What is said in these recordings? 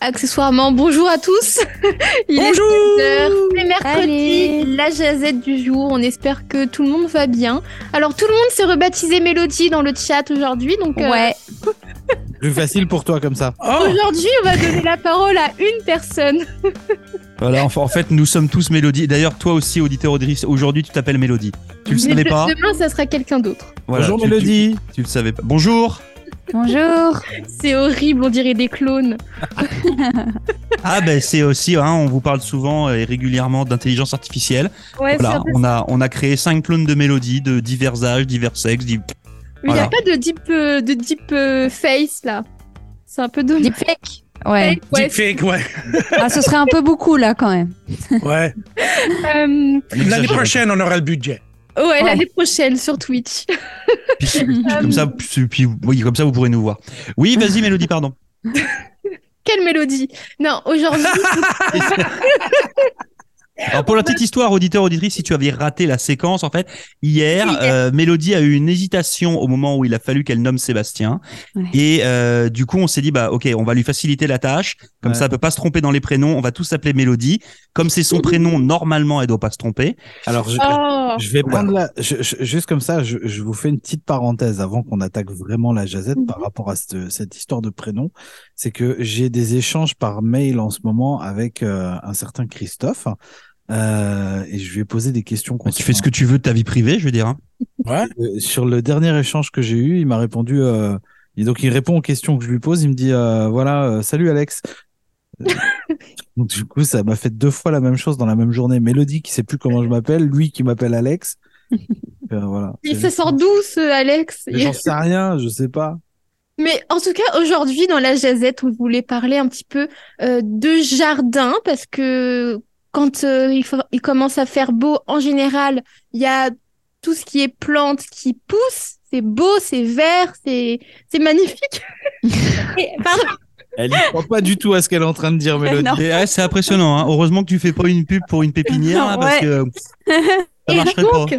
accessoirement, bonjour à tous. Il Bonjour est 16h, c'est mercredi, Allez. la jazette du jour. On espère que tout le monde va bien. Alors, tout le monde s'est rebaptisé Mélodie dans le chat aujourd'hui. Donc, euh, Ouais. Plus facile pour toi comme ça. Oh aujourd'hui, on va donner la parole à une personne. Voilà, enfin, en fait, nous sommes tous Mélodie. D'ailleurs, toi aussi, auditeur auditrice, aujourd'hui, tu t'appelles Mélodie. Tu le Mais savais de- pas Demain, ça sera quelqu'un d'autre. Voilà, Bonjour tu- Mélodie. Tu, tu le savais pas. Bonjour Bonjour. C'est horrible, on dirait des clones. Ah, ben, c'est aussi, hein, on vous parle souvent et régulièrement d'intelligence artificielle. Ouais, c'est Voilà, un peu- on a, on a créé cinq clones de Mélodie de divers âges, divers sexes. div- Mais il n'y a voilà. pas de deep, euh, de deep euh, face là. C'est un peu dommage. Deepfake. Ouais. Ouais, Deepfake, ouais. Ah, ce serait un peu beaucoup là quand même. ouais. euh, L'année prochaine, on aura le budget. ouais, l'année prochaine sur Twitch. Puis- puis- comme, ça, puis- puis- oui, comme ça, vous pourrez nous voir. Oui, vas-y, Mélodie, pardon. Quelle mélodie Non, aujourd'hui, Alors pour la petite histoire, auditeur, auditrice, si tu avais raté la séquence, en fait, hier, Oui. euh, Mélodie a eu une hésitation au moment où il a fallu qu'elle nomme Sébastien. Ouais. Et euh, du coup, on s'est dit, bah ok, on va lui faciliter la tâche. Comme Ouais. ça, elle peut pas se tromper dans les prénoms. On va tous s'appeler Mélodie. Comme c'est son prénom, normalement, elle doit pas se tromper. Alors, je, oh, je vais prendre la. je- je- juste comme ça, je, je vous fais une petite parenthèse avant qu'on attaque vraiment la jazette par rapport à cette, cette histoire de prénom. C'est que j'ai des échanges par mail en ce moment avec euh, un certain Christophe. euh, et je lui ai posé des questions Bah, tu fais ce que tu veux de ta vie privée, je veux dire. hein. Euh, sur le dernier échange que j'ai eu, il m'a répondu. euh, et donc, il répond aux questions que je lui pose. Il me dit euh, Voilà, euh, salut Alex. Euh, donc, du coup, ça m'a fait deux fois la même chose dans la même journée. Mélodie qui sait plus comment je m'appelle, lui qui m'appelle Alex. Euh, voilà. il se sent d'où ce Alex Mais J'en sais rien, je sais pas. Mais en tout cas, aujourd'hui, dans la jazette, on voulait parler un petit peu euh, de jardin, parce que quand euh, il, fa- il commence à faire beau, en général, il y a tout ce qui est plantes qui poussent. C'est beau, c'est vert, c'est c'est magnifique. Et, pardon, Elle ne croit pas du tout à ce qu'elle est en train de dire, Mélodie. Non. Et, ouais, c'est impressionnant. hein. Heureusement que tu fais pas une pub pour une pépinière hein, parce Ouais. que ça et marcherait donc, pas.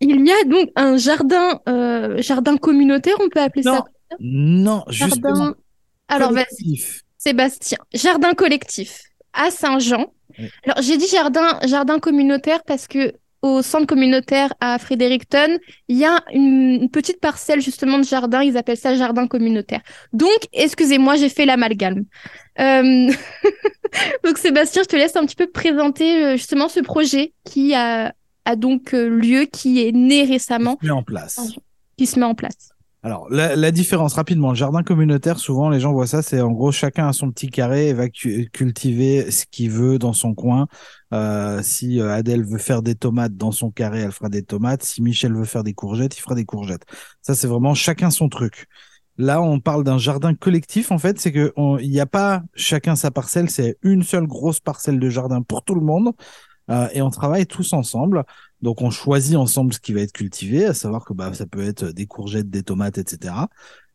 il y a donc un jardin, euh, jardin communautaire, on peut appeler ça Non, Non, justement. jardin. Alors, vas-y. collectif. Sébastien, jardin collectif à Saint-Jean. Oui. Alors j'ai dit jardin, jardin communautaire parce que au centre communautaire à Fredericton, il y a une, une petite parcelle justement de jardin. Ils appellent ça jardin communautaire. Donc, excusez-moi, j'ai fait l'amalgame. Euh, donc Sébastien, je te laisse un petit peu présenter euh, justement ce projet qui a, a donc euh, lieu, qui est né récemment, Mis en place. qui se met en place. Alors, la, la différence, rapidement, le jardin communautaire, souvent, les gens voient ça, c'est en gros, chacun a son petit carré et va cu- cultiver ce qu'il veut dans son coin. Euh, si euh, Adèle veut faire des tomates dans son carré, elle fera des tomates. Si Michel veut faire des courgettes, il fera des courgettes. Ça, c'est vraiment chacun son truc. Là, on parle d'un jardin collectif, en fait, c'est que on- il n'y a pas chacun sa parcelle, c'est une seule grosse parcelle de jardin pour tout le monde. Euh, et on travaille tous ensemble. Donc on choisit ensemble ce qui va être cultivé, à savoir que bah, ça peut être des courgettes, des tomates, etc.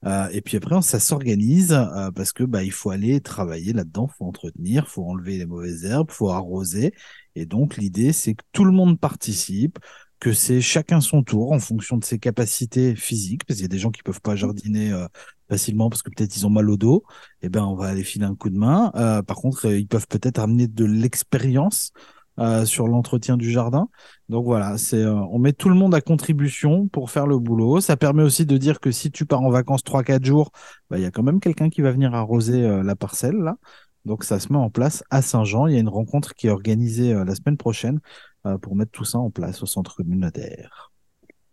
Euh, et puis après, on- ça s'organise euh, parce que bah, il faut aller travailler là-dedans, faut entretenir, faut enlever les mauvaises herbes, faut arroser. Et donc l'idée, c'est que tout le monde participe, que c'est chacun son tour en fonction de ses capacités physiques, parce qu'il y a des gens qui peuvent pas jardiner. euh, facilement parce que peut-être ils ont mal au dos, eh ben on va aller filer un coup de main. Euh, par contre, euh, ils peuvent peut-être amener de l'expérience euh, sur l'entretien du jardin. Donc voilà, c'est euh, on met tout le monde à contribution pour faire le boulot. Ça permet aussi de dire que si tu pars en vacances 3-4 jours, bah, il y a quand même quelqu'un qui va venir arroser euh, la parcelle là. Donc ça se met en place à Saint-Jean. Il y a une rencontre qui est organisée euh, la semaine prochaine euh, pour mettre tout ça en place au centre communautaire.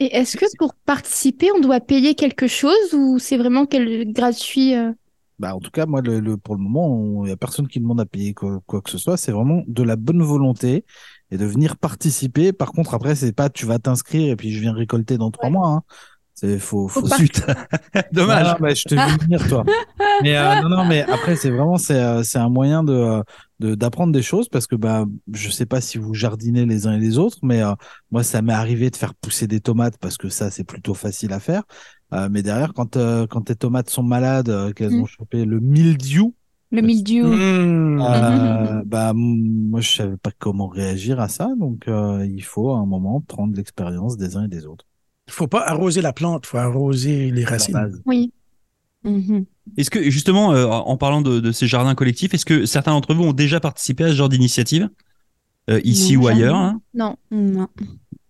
Et est-ce que pour participer, on doit payer quelque chose ou c'est vraiment quel- gratuit euh Bah, en tout cas, moi, le, le- pour le moment, on- il n'y a personne qui demande à payer quoi, quoi que ce soit. C'est vraiment de la bonne volonté et de venir participer. Par contre, après, c'est pas tu vas t'inscrire et puis je viens récolter dans trois mois. Hein. C'est faut, faut, Zut. Dommage. Non, non, mais je te vu venir, toi. Mais euh, non, non, mais après, c'est vraiment c'est euh, c'est un moyen de euh, de- d'apprendre des choses parce que bah je sais pas si vous jardinez les uns et les autres, mais euh, moi ça m'est arrivé de faire pousser des tomates parce que ça c'est plutôt facile à faire. Euh, mais derrière, quand euh, quand tes tomates sont malades, euh, qu'elles Mm. ont chopé le mildiou, Le mildiou. euh, bah m- moi je savais pas comment réagir à ça, donc euh, il faut à un moment prendre l'expérience des uns et des autres. Il faut pas arroser la plante, faut arroser les À la racines. base. Oui. Mhm. Est-ce que justement, euh, en parlant de, de ces jardins collectifs, est-ce que certains d'entre vous ont déjà participé à ce genre d'initiative Euh, ici Non, ou jamais. ailleurs hein Non. Non.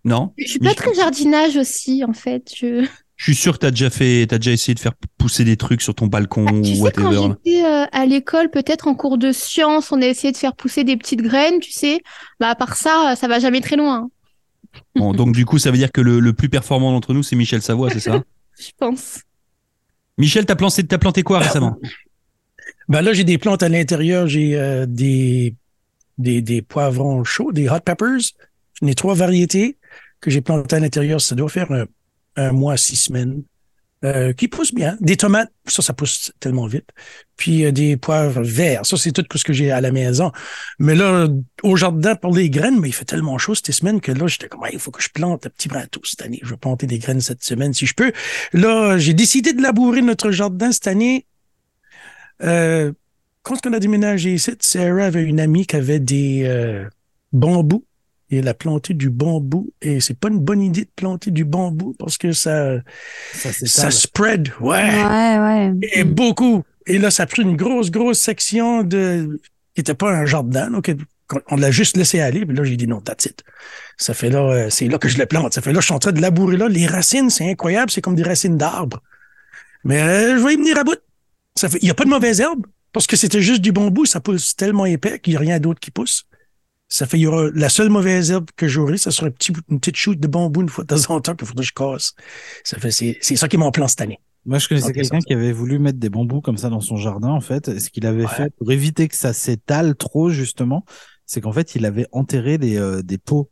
Non. Je suis pas Mais- très jardinage aussi, en fait. Je... Je suis sûr que t'as déjà fait, t'as déjà essayé de faire pousser des trucs sur ton balcon Ah, tu ou sais, quand whatever. là. j'étais euh, à l'école, peut-être en cours de sciences, on a essayé de faire pousser des petites graines, tu sais. Bah, à part ça, euh, ça va jamais très loin, hein, Bon, donc du coup, ça veut dire que le, le plus performant d'entre nous, c'est Michel Savoie, c'est ça je pense. Michel, t'as planté, t'as planté quoi récemment Ben là, j'ai des plantes à l'intérieur. J'ai euh, des, des, des poivrons chauds, des hot peppers. J'en ai trois variétés que j'ai plantées à l'intérieur. Ça doit faire un, un mois, six semaines. euh, qui poussent bien. Des tomates, ça, ça pousse tellement vite. Puis euh, des poivres verts. Ça, c'est tout ce que j'ai à la maison. Mais là, au jardin, pour les graines, mais il fait tellement chaud cette semaine que là, j'étais comme, Ouais, il faut que je plante un petit râteau cette année. Je vais planter des graines cette semaine si je peux. Là, j'ai décidé de labourer notre jardin cette année. Euh, quand on a déménagé ici, Sarah avait une amie qui avait des euh, bambous et elle a planté du bambou et c'est pas une bonne idée de planter du bambou parce que ça Ça, c'est ça spread ouais, Ouais, ouais. et beaucoup Hmm. et là ça a pris une grosse grosse section de qui était pas un jardin donc on l'a juste laissé aller puis là j'ai dit non that's it ça fait là euh, c'est là que je le plante ça fait là je suis en train de labourer là les racines c'est incroyable c'est comme des racines d'arbres mais euh, je vais y venir à bout ça fait il y a pas de mauvaise herbe parce que c'était juste du bambou ça pousse tellement épais qu'il y a rien d'autre qui pousse ça fait, il y aura, la seule mauvaise herbe que j'aurai, ça sera un petit, bout- une petite shoot de bambou une fois de temps en temps, puis il faudra que je casse. Ça fait, c'est, c'est ça qui est mon plan cette année. Moi, je connaissais Ok, quelqu'un ça- qui avait voulu mettre des bambous comme ça dans son jardin, en fait. Et Ce qu'il avait Ouais. fait pour éviter que ça s'étale trop, justement, c'est qu'en fait, il avait enterré des, euh, des pots.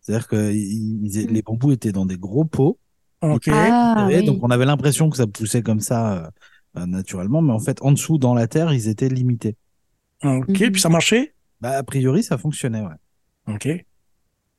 C'est-à-dire que il- il- Mm. les bambous étaient dans des gros pots. OK. Hmm. Ah, enterrés, oui. Donc, on avait l'impression que ça poussait comme ça, euh, euh, naturellement. Mais en fait, en dessous, dans la terre, ils étaient limités. OK. Mhm. Puis ça marchait? Bah, a priori, ça fonctionnait, ouais. OK.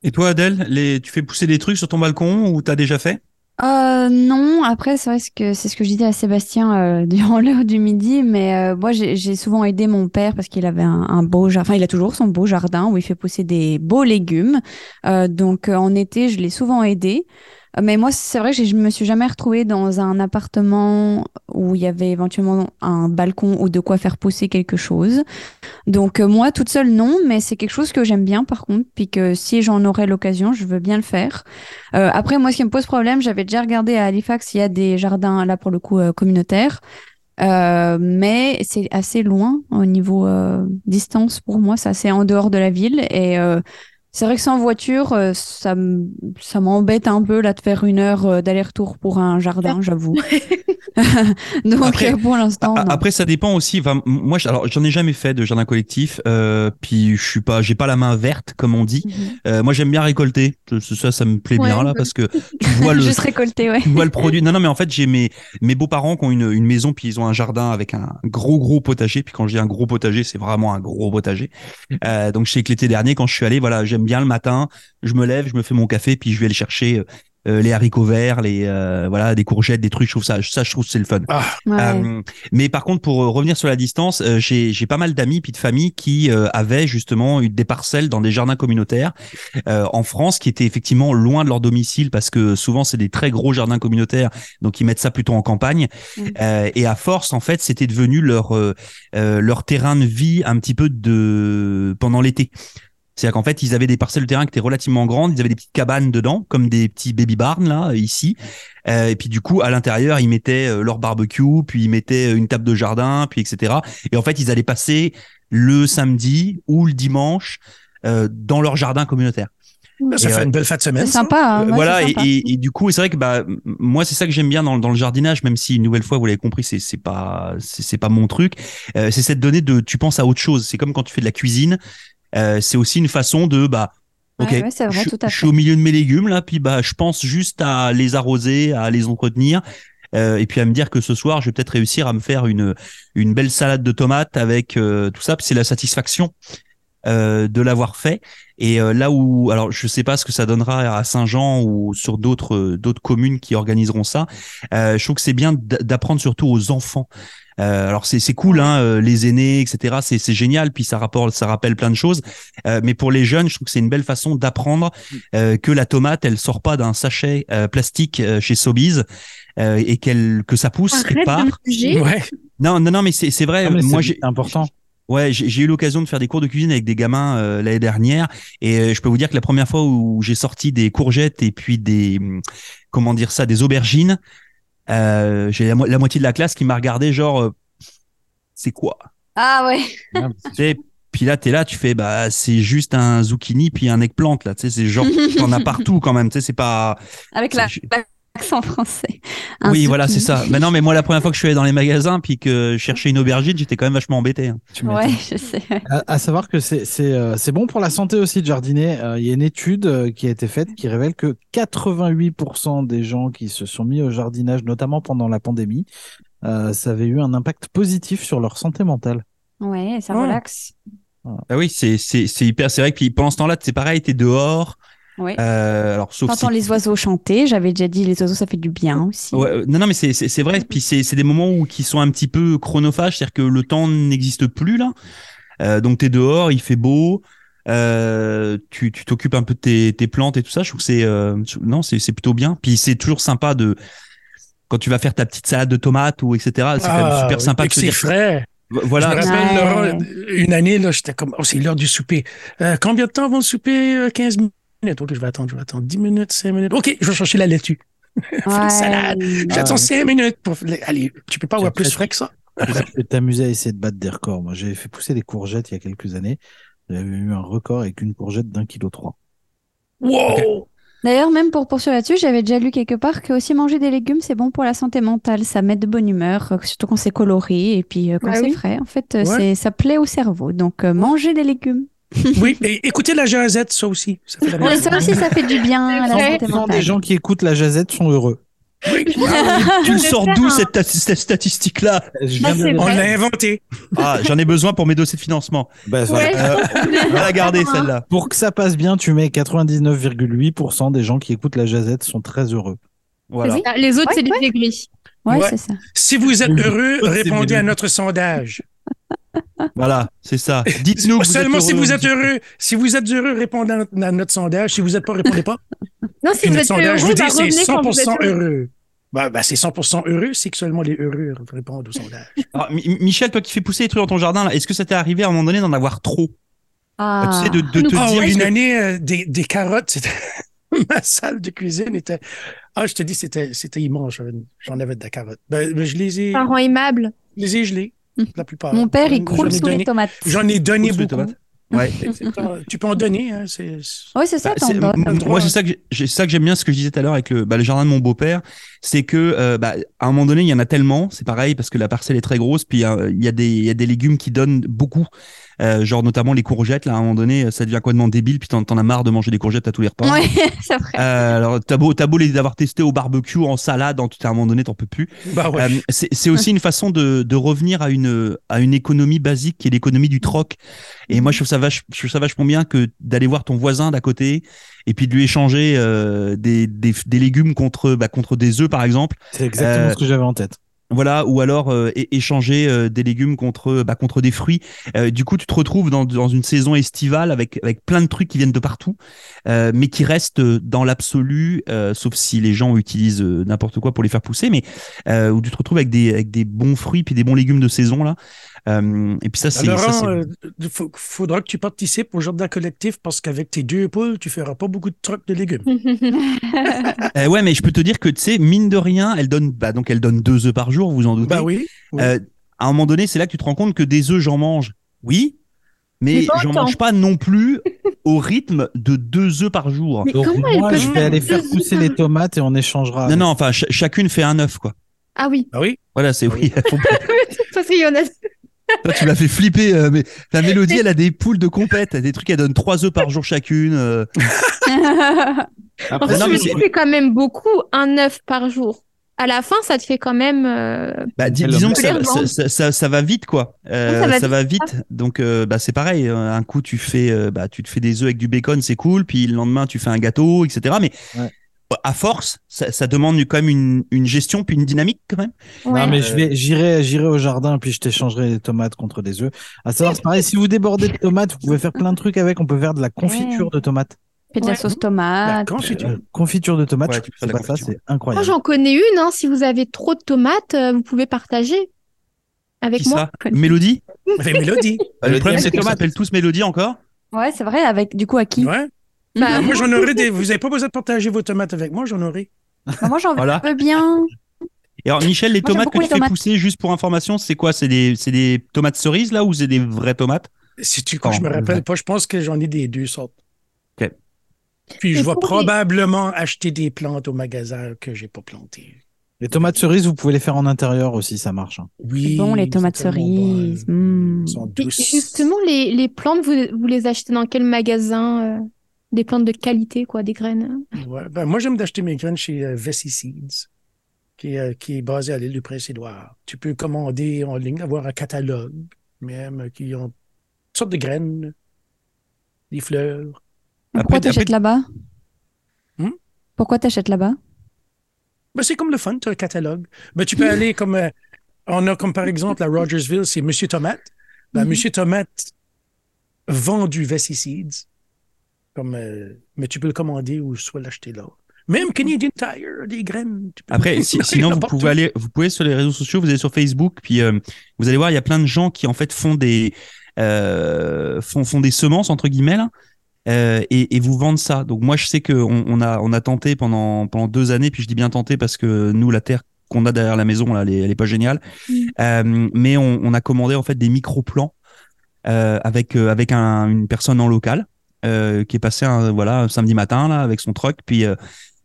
Et toi, Adèle, les, tu fais pousser des trucs sur ton balcon ou t'as déjà fait Euh, non, après, c'est vrai ce que c'est ce que je disais à Sébastien euh, durant l'heure du midi, mais euh, moi j'ai j'ai souvent aidé mon père parce qu'il avait un, un beau jardin, enfin il a toujours son beau jardin où il fait pousser des beaux légumes. Euh, donc euh, en été, je l'ai souvent aidé. Euh, Mais moi, c'est vrai que j'ai- je me suis jamais retrouvée dans un appartement où il y avait éventuellement un balcon ou de quoi faire pousser quelque chose. Donc euh, moi, toute seule, non, mais c'est quelque chose que j'aime bien par contre, puis que si j'en aurais l'occasion, je veux bien le faire. Euh, après, moi, ce qui me pose problème, j'avais déjà regardé à Halifax, il y a des jardins, là, pour le coup, euh, communautaires. Euh, mais c'est assez loin au niveau euh, distance pour moi, c'est assez en dehors de la ville. Et euh, c'est vrai que sans voiture, euh, ça m- ça m'embête un peu, là, de faire une heure euh, d'aller-retour pour un jardin, j'avoue. Donc, Après- euh, pour l'instant, A- non. Après, ça dépend aussi. Enfin, m- moi, je- alors, j'en ai jamais fait de jardin collectif. Euh, puis, je suis pas, j'ai pas la main verte, comme on dit. Mhm. Euh, moi, j'aime bien récolter. Je- Ça, ça me plaît Ouais, bien là, ouais. parce que tu vois le, Juste récolter, ouais. tu vois le produit. Non, non, mais en fait, j'ai mes, mes beaux-parents qui ont une, une maison, puis ils ont un jardin avec un gros, gros potager. Puis quand je dis un gros potager, c'est vraiment un gros potager. Euh, donc, je sais que l'été dernier, quand je suis allé, voilà, j'aime bien le matin, je me lève, je me fais mon café, puis je vais aller chercher euh, les haricots verts, les, euh, voilà, des courgettes, des trucs. Je trouve ça, ça, je trouve que c'est le fun. Ah, Ouais. Euh, mais par contre, pour euh, revenir sur la distance, euh, j'ai j'ai pas mal d'amis puis de familles qui euh, avaient justement eu des parcelles dans des jardins communautaires euh, en France qui étaient effectivement loin de leur domicile parce que souvent c'est des très gros jardins communautaires, donc ils mettent ça plutôt en campagne. Mm. Euh, et à force, en fait, c'était devenu leur euh, euh, leur terrain de vie un petit peu de pendant l'été. C'est-à-dire qu'en fait, ils avaient des parcelles de terrain qui étaient relativement grandes, ils avaient des petites cabanes dedans, comme des petits baby barns là ici. Euh, et puis du coup, à l'intérieur, ils mettaient euh, leur barbecue, puis ils mettaient euh, une table de jardin, puis etc. Et en fait, ils allaient passer le samedi ou le dimanche euh, dans leur jardin communautaire. ça Et, fait euh, une belle fin de C'est semaine. ça. sympa, hein, Euh, ouais, voilà. c'est Et, sympa. et- et du coup, c'est vrai que bah m- moi, c'est ça que j'aime bien dans, dans le jardinage, même si une nouvelle fois, vous l'avez compris, c'est c'est pas c'est c'est pas mon truc. Euh, c'est cette donnée de tu penses à autre chose. C'est comme quand tu fais de la cuisine. Euh, c'est aussi une façon de bah Ok, Ouais, ouais, c'est vrai, je, tout à je fait. suis au milieu de mes légumes là, puis bah je pense juste à les arroser, à les entretenir, euh, et puis à me dire que ce soir je vais peut-être réussir à me faire une une belle salade de tomates avec euh, tout ça. Puis c'est la satisfaction euh, de l'avoir fait. Et euh, là où, alors je sais pas ce que ça donnera à Saint-Jean ou sur d'autres euh, d'autres communes qui organiseront ça. Euh, je trouve que c'est bien d- d'apprendre surtout aux enfants. Euh, alors c'est c'est cool, hein, euh, les aînés, etc. C'est c'est génial, puis ça rapporte, ça rappelle plein de choses. Euh, mais pour les jeunes, je trouve que c'est une belle façon d'apprendre euh, que la tomate, elle sort pas d'un sachet euh, plastique euh, chez Sobeys euh, et qu'elle que ça pousse et Arrête part. de me juger. Ouais. Non, non, non, mais c'est c'est vrai. Ah, mais Eh, Moi, c'est j'ai important. Ouais, j'ai j'ai eu l'occasion de faire des cours de cuisine avec des gamins euh, l'année dernière et euh, je peux vous dire que la première fois où j'ai sorti des courgettes et puis des hum, comment dire ça des aubergines, euh, j'ai la, mo- la moitié de la classe qui m'a regardé genre euh, c'est quoi Ah ouais. Ah, mais Tu sais, Puis là t'es là tu fais bah c'est juste un zucchini puis un eggplant là tu sais c'est genre t'en as partout quand même tu sais c'est pas Avec la- Je- l'accent français. Un oui voilà c'est zucchini. ça mais non mais moi la première fois que je suis allé dans les magasins puis que je cherchais une aubergine j'étais quand même vachement embêté hein. tu m'étonnes. Ouais, je sais. À, à savoir que c'est c'est euh, c'est bon pour la santé aussi de jardiner. Euh, Il y a une étude euh, qui a été faite qui révèle que 88% des gens qui se sont mis au jardinage, notamment pendant la pandémie, euh, ça avait eu un impact positif sur leur santé mentale. Ouais, ça Ouais. relaxe. Ah oui, c'est c'est c'est hyper c'est vrai que puis pendant ce temps-là, c'est pareil, t'es dehors. Ouais. Euh, alors sauf si T'entends les oiseaux chanter. J'avais déjà dit, les oiseaux, ça fait du bien aussi. Ouais, euh, non non mais c'est c'est c'est vrai puis c'est c'est des moments où qui sont un petit peu chronophages, c'est-à-dire que le temps n'existe plus là. Euh, donc t'es dehors, il fait beau. Euh, tu tu t'occupes un peu de tes tes plantes et tout ça, je trouve que c'est euh, je- non, c'est c'est plutôt bien. Puis c'est toujours sympa de quand tu vas faire ta petite salade de tomates ou etc. C'est quand même Ah, super sympa de et que se c'est dire frais. voilà, Je me Ouais. rappelle, Laurent, une année, là, j'étais comme, oh, c'est l'heure du souper. Euh, combien de temps vont le souper? Euh, 15 minutes. Ok, je vais attendre, je vais attendre 10 minutes, 5 minutes. Ok, je vais chercher la laitue. Ouais. salade. Ah, J'attends 5 minutes pour, allez, tu peux pas avoir C'est plus très- frais que ça. Tu peux t'amuser à essayer de battre des records. Moi, j'ai fait pousser des courgettes il y a quelques années. J'avais eu un record avec une courgette d'un kilo trois. Wow! D'ailleurs, même pour poursuivre là-dessus, j'avais déjà lu quelque part que aussi manger des légumes, c'est bon pour la santé mentale. Ça met de bonne humeur, euh, surtout quand c'est coloré et puis euh, quand Ah c'est oui. frais. En fait, euh, Ouais. c'est ça plaît au cerveau. Donc, euh, manger des légumes. oui, et écoutez la jasette, ça aussi. Ça fait la même Ouais, ça chose. aussi, ça fait du bien à la Ah C'est santé Souvent, des mentale. gens qui écoutent la jazette sont heureux. tu le Je vais sors faire d'où un- cette, ta- cette statistique là Je Ah, viens de- c'est On vrai. l'a inventé. Ah, j'en ai besoin pour mes dossiers de financement. Bah, ça- Ouais, Euh, on va la garder hein. celle-là. Pour que ça passe bien, tu mets 99,8% des gens qui écoutent la jazette sont très heureux. Voilà. Ah, Les autres, Ouais, c'est des aigris. Ouais, Ouais. c'est ça. Si vous êtes Oui. heureux, C'est répondez bien. à notre sondage. Voilà, c'est ça. Dites-nous Pas que vous êtes seulement si heureux. vous êtes heureux. Si vous êtes heureux, répondez à notre, à notre sondage. Si vous n'êtes pas, répondez pas. Non, si Puis vous notre êtes sondage vous heureux, dit bah, c'est revenez quand vous êtes 100% heureux. heureux. Bah, bah, c'est 100% heureux, c'est que seulement les heureux répondent au sondage. Alors, Mi- Michel, toi qui fais pousser les trucs dans ton jardin, là, est-ce que ça t'est arrivé à un moment donné d'en avoir trop Bah, Ah. Tu sais, de, de Nous- te Ah dire oui, une que- année, euh, des, des carottes, c'était... Ma salle de cuisine était... Ah, je te dis, c'était, c'était immense. J'avais- J'en avais de la carotte. Ben, ben, je les ai, je Parents aimables. les ai gelées, Hum. la plupart. Mon père, il Ah, J'en ai croule sous donné- les tomates. J'en ai donné Croule sous les beaucoup. tomates. Ouais. T'en- tu peux en donner. Hein, c'est... Ouais, c'est Bah, ça, t'en c'est- donnes. m- droit, moi, hein. c'est ça que j'ai- j'ai- ça que j'aime bien, ce que je disais tout à l'heure avec le, bah, le jardin de mon beau-père, c'est que euh, bah, à un moment donné, il y en a tellement, c'est pareil parce que la parcelle est très grosse, puis euh, il y a des il y a des légumes qui donnent beaucoup, Euh, genre notamment les courgettes. Là, à un moment donné, ça devient complètement débile, puis t'en t'en as marre de manger des courgettes à tous les repas. Ouais, c'est vrai. Euh, alors t'as beau t'as beau les avoir testés au barbecue, en salade, en tout à un moment donné, t'en peux plus. Bah ouais. Euh, c'est c'est aussi une façon de, de revenir à une, à une économie basique qui est l'économie du troc. Et moi, je trouve ça, vache, je trouve ça vachement bien que d'aller voir ton voisin d'à côté et puis de lui échanger euh, des, des, des légumes contre, bah, contre des œufs, par exemple. C'est exactement Euh, ce que j'avais en tête. Voilà, ou alors euh, é- échanger euh, des légumes contre, bah, contre des fruits. Euh, du coup, tu te retrouves dans, dans une saison estivale avec, avec plein de trucs qui viennent de partout, euh, mais qui restent dans l'absolu, euh, sauf si les gens utilisent euh, n'importe quoi pour les faire pousser, mais euh, où tu te retrouves avec des, avec des bons fruits puis des bons légumes de saison là. Euh, et puis ça, c'est ça, Ah, Laurent, c'est- il faudra que tu participes au jardin collectif parce qu'avec tes deux poules, tu feras pas beaucoup de trucs de légumes. Euh, ouais, mais je peux te dire que tu sais, mine de rien, elle donne, bah, donc elle donne deux œufs par jour, vous en doutez. Bah oui. oui. Euh, à un moment donné, c'est là que tu te rends compte que des œufs, j'en mange. Oui, mais, Mais pas j'en autant. mange pas non plus au rythme de deux œufs par jour. Mais Donc, comment elle moi, peut je vais faire aller faire deux pousser œufs les tomates et on échangera. Ah, Non, non, enfin, ch- chacune fait un œuf, quoi. Ah oui, Ah oui. Voilà, c'est oui. faut pas- parce qu'il y en a. Toi, tu m'as fait flipper. euh, mais la Mélodie, elle a des poules de compète, elle a des trucs, elle donne trois œufs par jour chacune. euh. En fait, non, mais je c'est- Ah, bah, trouve que c'est quand même beaucoup, un œuf par jour. à la fin, ça te fait quand même. euh, Bah, dis- Elle disons en que met. ça, ça, ça- ça- ça va vite, quoi. Euh, ça va ça va vite. Donc, euh, bah, c'est pareil. euh, Un coup, tu fais, euh, bah, tu te fais des œufs avec du bacon, c'est cool. Puis le lendemain, tu fais un gâteau, etc. Mais Ouais. euh, à force, ça, ça demande quand même une, une gestion, puis une dynamique, quand même. Non, ouais. mais je vais, j'irai, j'irai au jardin, puis je t'échangerai les tomates contre des œufs. À savoir, c'est pareil, si vous débordez de tomates, vous pouvez faire plein de trucs avec. On peut faire de la confiture de tomates. Fais de la Ouais. sauce La tomate. confiture. Euh, Confiture de tomates, Ouais, je tu peux sais faire de la pas ça, confiture. c'est Ah, Moi, incroyable. j'en connais une. hein, si vous avez trop de tomates, euh, vous pouvez partager avec Qui moi. ça Mélodie Mais Ben, Bah, Le Mélodie. Mélodie, problème, elle c'est qu'on tomate. s'appelle tous Mélodie encore. Ouais, c'est vrai, avec du coup à qui Ah. Ouais. Ben, Bah, Moi, j'en aurais des. Vous n'avez pas besoin de partager vos tomates avec moi, j'en aurais. Bah, Moi, j'en Voilà. veux bien. Et alors, Michel, les Moi, j'aime tomates que beaucoup tu les fais tomates. pousser, juste pour information, c'est quoi C'est des, c'est des tomates cerises, là, ou c'est des vraies tomates Si tu, Bon, je me ouais. rappelle pas, je pense que j'en ai des deux sortes. OK. Puis je Et vais pour les- probablement acheter des plantes au magasin que j'ai pas plantées. Les tomates cerises, vous pouvez les faire en intérieur aussi, ça marche. hein. Oui. bon, les tomates c'est tellement bon. cerises. Mm. Elles sont Et douces. justement, les, les plantes, vous, vous les achetez dans quel magasin euh, Des plantes de qualité, quoi, des graines. Ouais. Ben, moi, j'aime d'acheter mes graines chez euh, Vessi Seeds, qui, est, euh, qui est basé à l'île du Prince-Édouard. Tu peux commander en ligne, avoir un catalogue, même, euh, qui ont toutes sortes de graines, des fleurs. Pourquoi Après, t'achètes là-bas Hmm Pourquoi t'achètes là-bas Ben, c'est comme le fun, tu as un catalogue. Ben, tu peux aller comme. euh, on a comme par exemple à Rogersville, c'est Monsieur Tomate. Ben, Mm-hmm. Mhm. Monsieur Tomate vend du Vessi Seeds. Comme, euh, mais tu peux le commander ou soit l'acheter là. Même Canadian Tire, des graines. tu peux- Après, si- sinon, vous N'importe pouvez où. aller, vous pouvez sur les réseaux sociaux, vous allez sur Facebook, puis euh, vous allez voir, il y a plein de gens qui en fait font des, euh, font, font des semences entre guillemets là, euh, et, et vous vendent ça. Donc moi, je sais que on, on a, on a tenté pendant pendant deux années, puis je dis bien tenté parce que nous, la terre qu'on a derrière la maison là, elle est, elle est pas géniale, Mm. Euh, mais on, on a commandé en fait des micro plans euh, avec euh, avec un- une personne en local euh, qui est passée un, voilà un samedi matin là avec son truck, puis euh,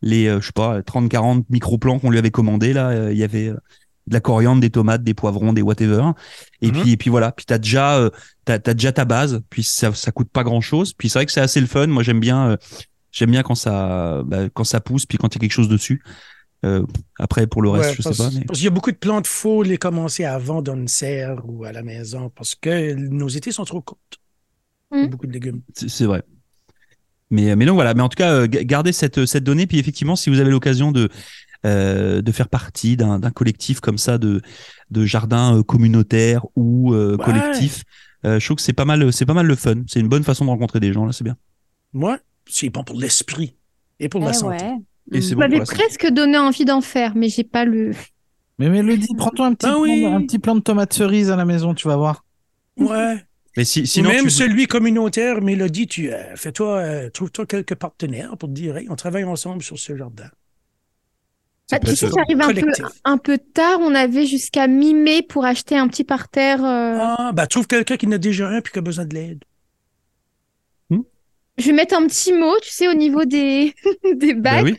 les euh, je sais pas 30 40 microplans qu'on lui avait commandés là euh, il y avait euh, de la coriandre des tomates des poivrons des whatever et Mhm. puis et puis voilà puis t'as déjà euh, t'as t'as déjà ta base puis ça ça coûte pas grand chose puis c'est vrai que c'est assez le fun moi j'aime bien euh, j'aime bien quand ça bah, quand ça pousse puis quand il y a quelque chose dessus Euh, après pour le reste Ouais, je sais parce, pas mais parce qu'il y a beaucoup de plantes, faut les commencer avant dans une serre ou à la maison parce que nos étés sont trop courts. Mm. Beaucoup de légumes. C'est- C'est vrai. Mais, mais donc voilà, mais en tout cas, euh, ga- gardez cette, cette donnée. Puis effectivement, si vous avez l'occasion de, euh, de faire partie d'un d'un collectif comme ça, de, de jardin euh, communautaire ou euh, Ouais. collectif, euh, je trouve que c'est pas, mal- c'est pas mal le fun. C'est une bonne façon de rencontrer des gens, là, c'est bien. Moi, c'est bon pour l'esprit et pour la Eh santé. ouais. Et Mm. c'est Vous bon pour m'avez la santé. presque donné envie d'en faire, mais j'ai pas le. Mais Mélodie, prends-toi un, petit Ah plan- oui. un petit plan de tomates cerises à la maison, tu vas voir. Ouais. Mais si, sinon, Même tu- celui communautaire, Mélodie, tu euh, fais-toi, euh, trouve-toi quelques partenaires pour te dire, hey, on travaille ensemble sur ce jardin. ça Bah, peut tu être- sais, j'arrive un peu, euh, Collectif. un peu tard. On avait jusqu'à mi-mai pour acheter un petit parterre. euh, Ah, bah, trouve quelqu'un qui en a déjà un puis qui a besoin de l'aide. Je vais mettre un petit mot, tu sais, au niveau des, des bacs. Bah oui.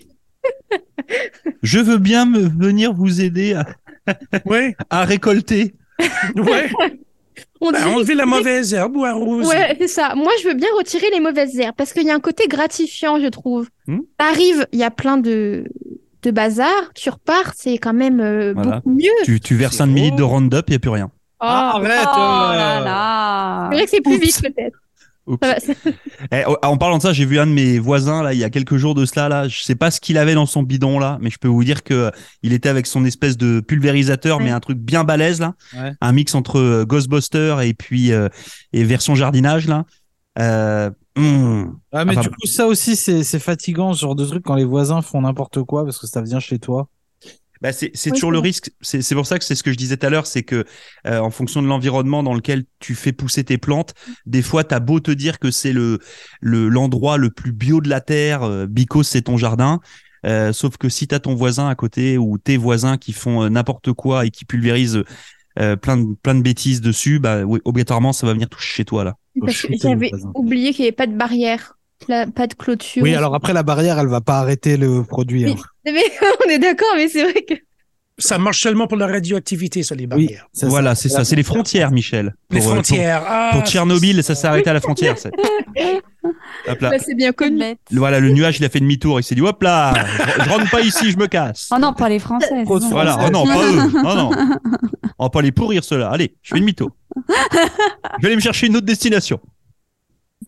Je veux bien me, venir vous aider à, Ouais, à récolter. ouais. On Bah, dirait- enlever la mauvaise herbe ou arroser. Ouais, c'est ça. Moi, je veux bien retirer les mauvaises herbes parce qu'il y a un côté gratifiant, je trouve. Hmm. T'arrives, il y a plein de, de bazar, tu repars, c'est quand même euh, Voilà. beaucoup mieux. Tu, tu verses C'est un demi-litre de beau. Roundup, il n'y a plus rien. Ah, Oh, arrête Hmm. euh. Oh là euh. là c'est vrai que c'est plus Oups. vite peut-être. Oups. Ça va, c'est- Eh, oh, en parlant de ça, j'ai vu un de mes voisins là il y a quelques jours de cela là. Je sais pas ce qu'il avait dans son bidon là, mais je peux vous dire que euh, il était avec son espèce de pulvérisateur, mais Ouais. un truc bien balèze là, Ouais. un mix entre euh, Ghostbuster et puis euh, et version jardinage là. Euh, hum. Ah, mais Ah, du bah. coup, ça aussi, c'est c'est fatigant, ce genre de truc, quand les voisins font n'importe quoi parce que ça vient chez toi. Bah, c'est c'est Oui, toujours c'est le vrai. risque. C'est c'est pour ça que c'est ce que je disais tout à l'heure, c'est que euh, en fonction de l'environnement dans lequel tu fais pousser tes plantes, des fois t'as beau te dire que c'est le le- l'endroit le plus bio de la terre, euh, because c'est ton jardin. euh, sauf que si t'as ton voisin à côté ou tes voisins qui font euh, n'importe quoi et qui pulvérisent euh, plein de plein de bêtises dessus, bah oui, obligatoirement ça va venir toucher chez toi là. parce que shooter les j'avais voisins. oublié qu'il n'y avait pas de barrière, la- pas de clôture. Oui, alors après, la barrière, elle va pas arrêter le produit. hein. Mais on est d'accord, mais c'est vrai que. Ça marche seulement pour la radioactivité, ça, les Oui, barrières. c'est voilà, c'est ça, c'est les frontières, Michel. Les Pour, euh, frontières. Ah, Pour, pour Tchernobyl, ça s'est arrêté à la frontière. c'est- Hop là. Là, c'est bien connu. Bête. Voilà, le nuage, il a fait demi-tour. Il s'est dit, hop là, je, je rentre pas ici, je me casse. Oh non, pas les Français. Trop de c'est bon. Voilà, oh non, pas eux. Oh non. On va pas les pourrir, ceux-là. Allez, je fais demi-tour. Je vais aller me chercher une autre destination.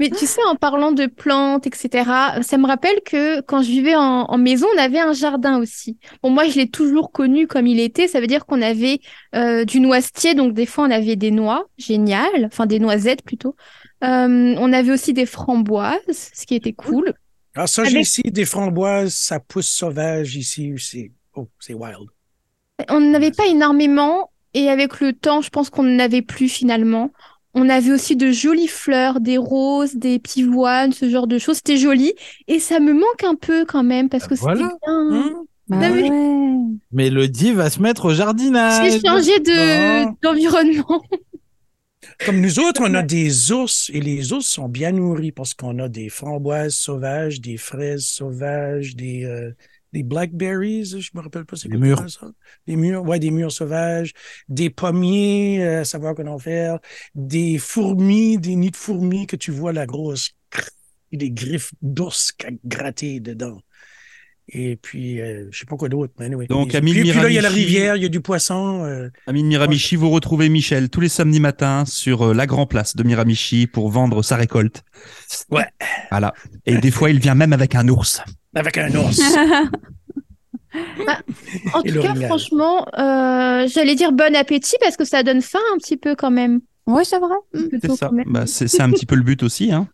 Mais tu sais, en parlant de plantes, etc., ça me rappelle que quand je vivais en, en maison, on avait un jardin aussi. Bon, moi, je l'ai toujours connu comme il était. Ça veut dire qu'on avait euh, du noisetier, donc des fois, on avait des noix, génial, enfin des noisettes plutôt. Euh, on avait aussi des framboises, ce qui était cool. Ah, ça, j'ai Avec- ici des framboises, ça pousse sauvage ici aussi. Oh, c'est wild. On n'en avait pas énormément et avec le temps, je pense qu'on n'avait plus finalement. On avait aussi de jolies fleurs, des roses, des pivoines, ce genre de choses. C'était joli et ça me manque un peu quand même parce que c'était Voilà. bien. Bah T'as vu ouais. Mais le dit va se mettre au jardinage. J'ai changé de bon. d'environnement. Comme nous autres, on a des ours et les ours sont bien nourris parce qu'on a des framboises sauvages, des fraises sauvages, des, euh, des blackberries, je me rappelle pas c'est Des quoi mûres. ça. Des murs, ouais, des murs sauvages, des pommiers, euh, à savoir qu'on en fait, des fourmis, des nids de fourmis que tu vois la grosse crrr, et des griffes d'ours qu'a- grattées dedans. Et puis, euh, je sais pas quoi d'autre, mais anyway. Donc, Et Amine puis, puis là, il y a la Miramichi. rivière, il y a du poisson. euh, Amine Miramichi, vous retrouvez Michel tous les samedis matins sur euh, la Grand Place de Miramichi pour vendre sa récolte. Ouais. Voilà. Et des fois, il vient même avec un ours. avec un ours. En Et tout le cas, régal. franchement, euh, j'allais dire bon appétit parce que ça donne faim un petit peu quand même. Ouais, c'est vrai. Plutôt C'est ça. quand même. Bah, c'est c'est un petit peu le but aussi. Hein.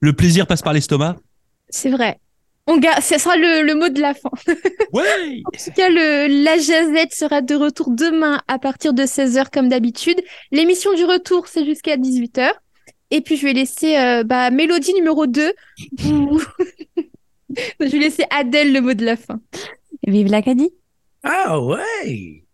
Le plaisir passe par l'estomac. C'est vrai. On ga- ça sera le, le mot de la fin. Ouais. En tout cas, le, la jazette sera de retour demain à partir de 16h comme d'habitude. L'émission du retour, c'est jusqu'à 18h. Et puis, je vais laisser euh, bah, Mélodie numéro 2. vous- je vais laisser Adèle le mot de la fin. Vive l'Acadie. ah ouais!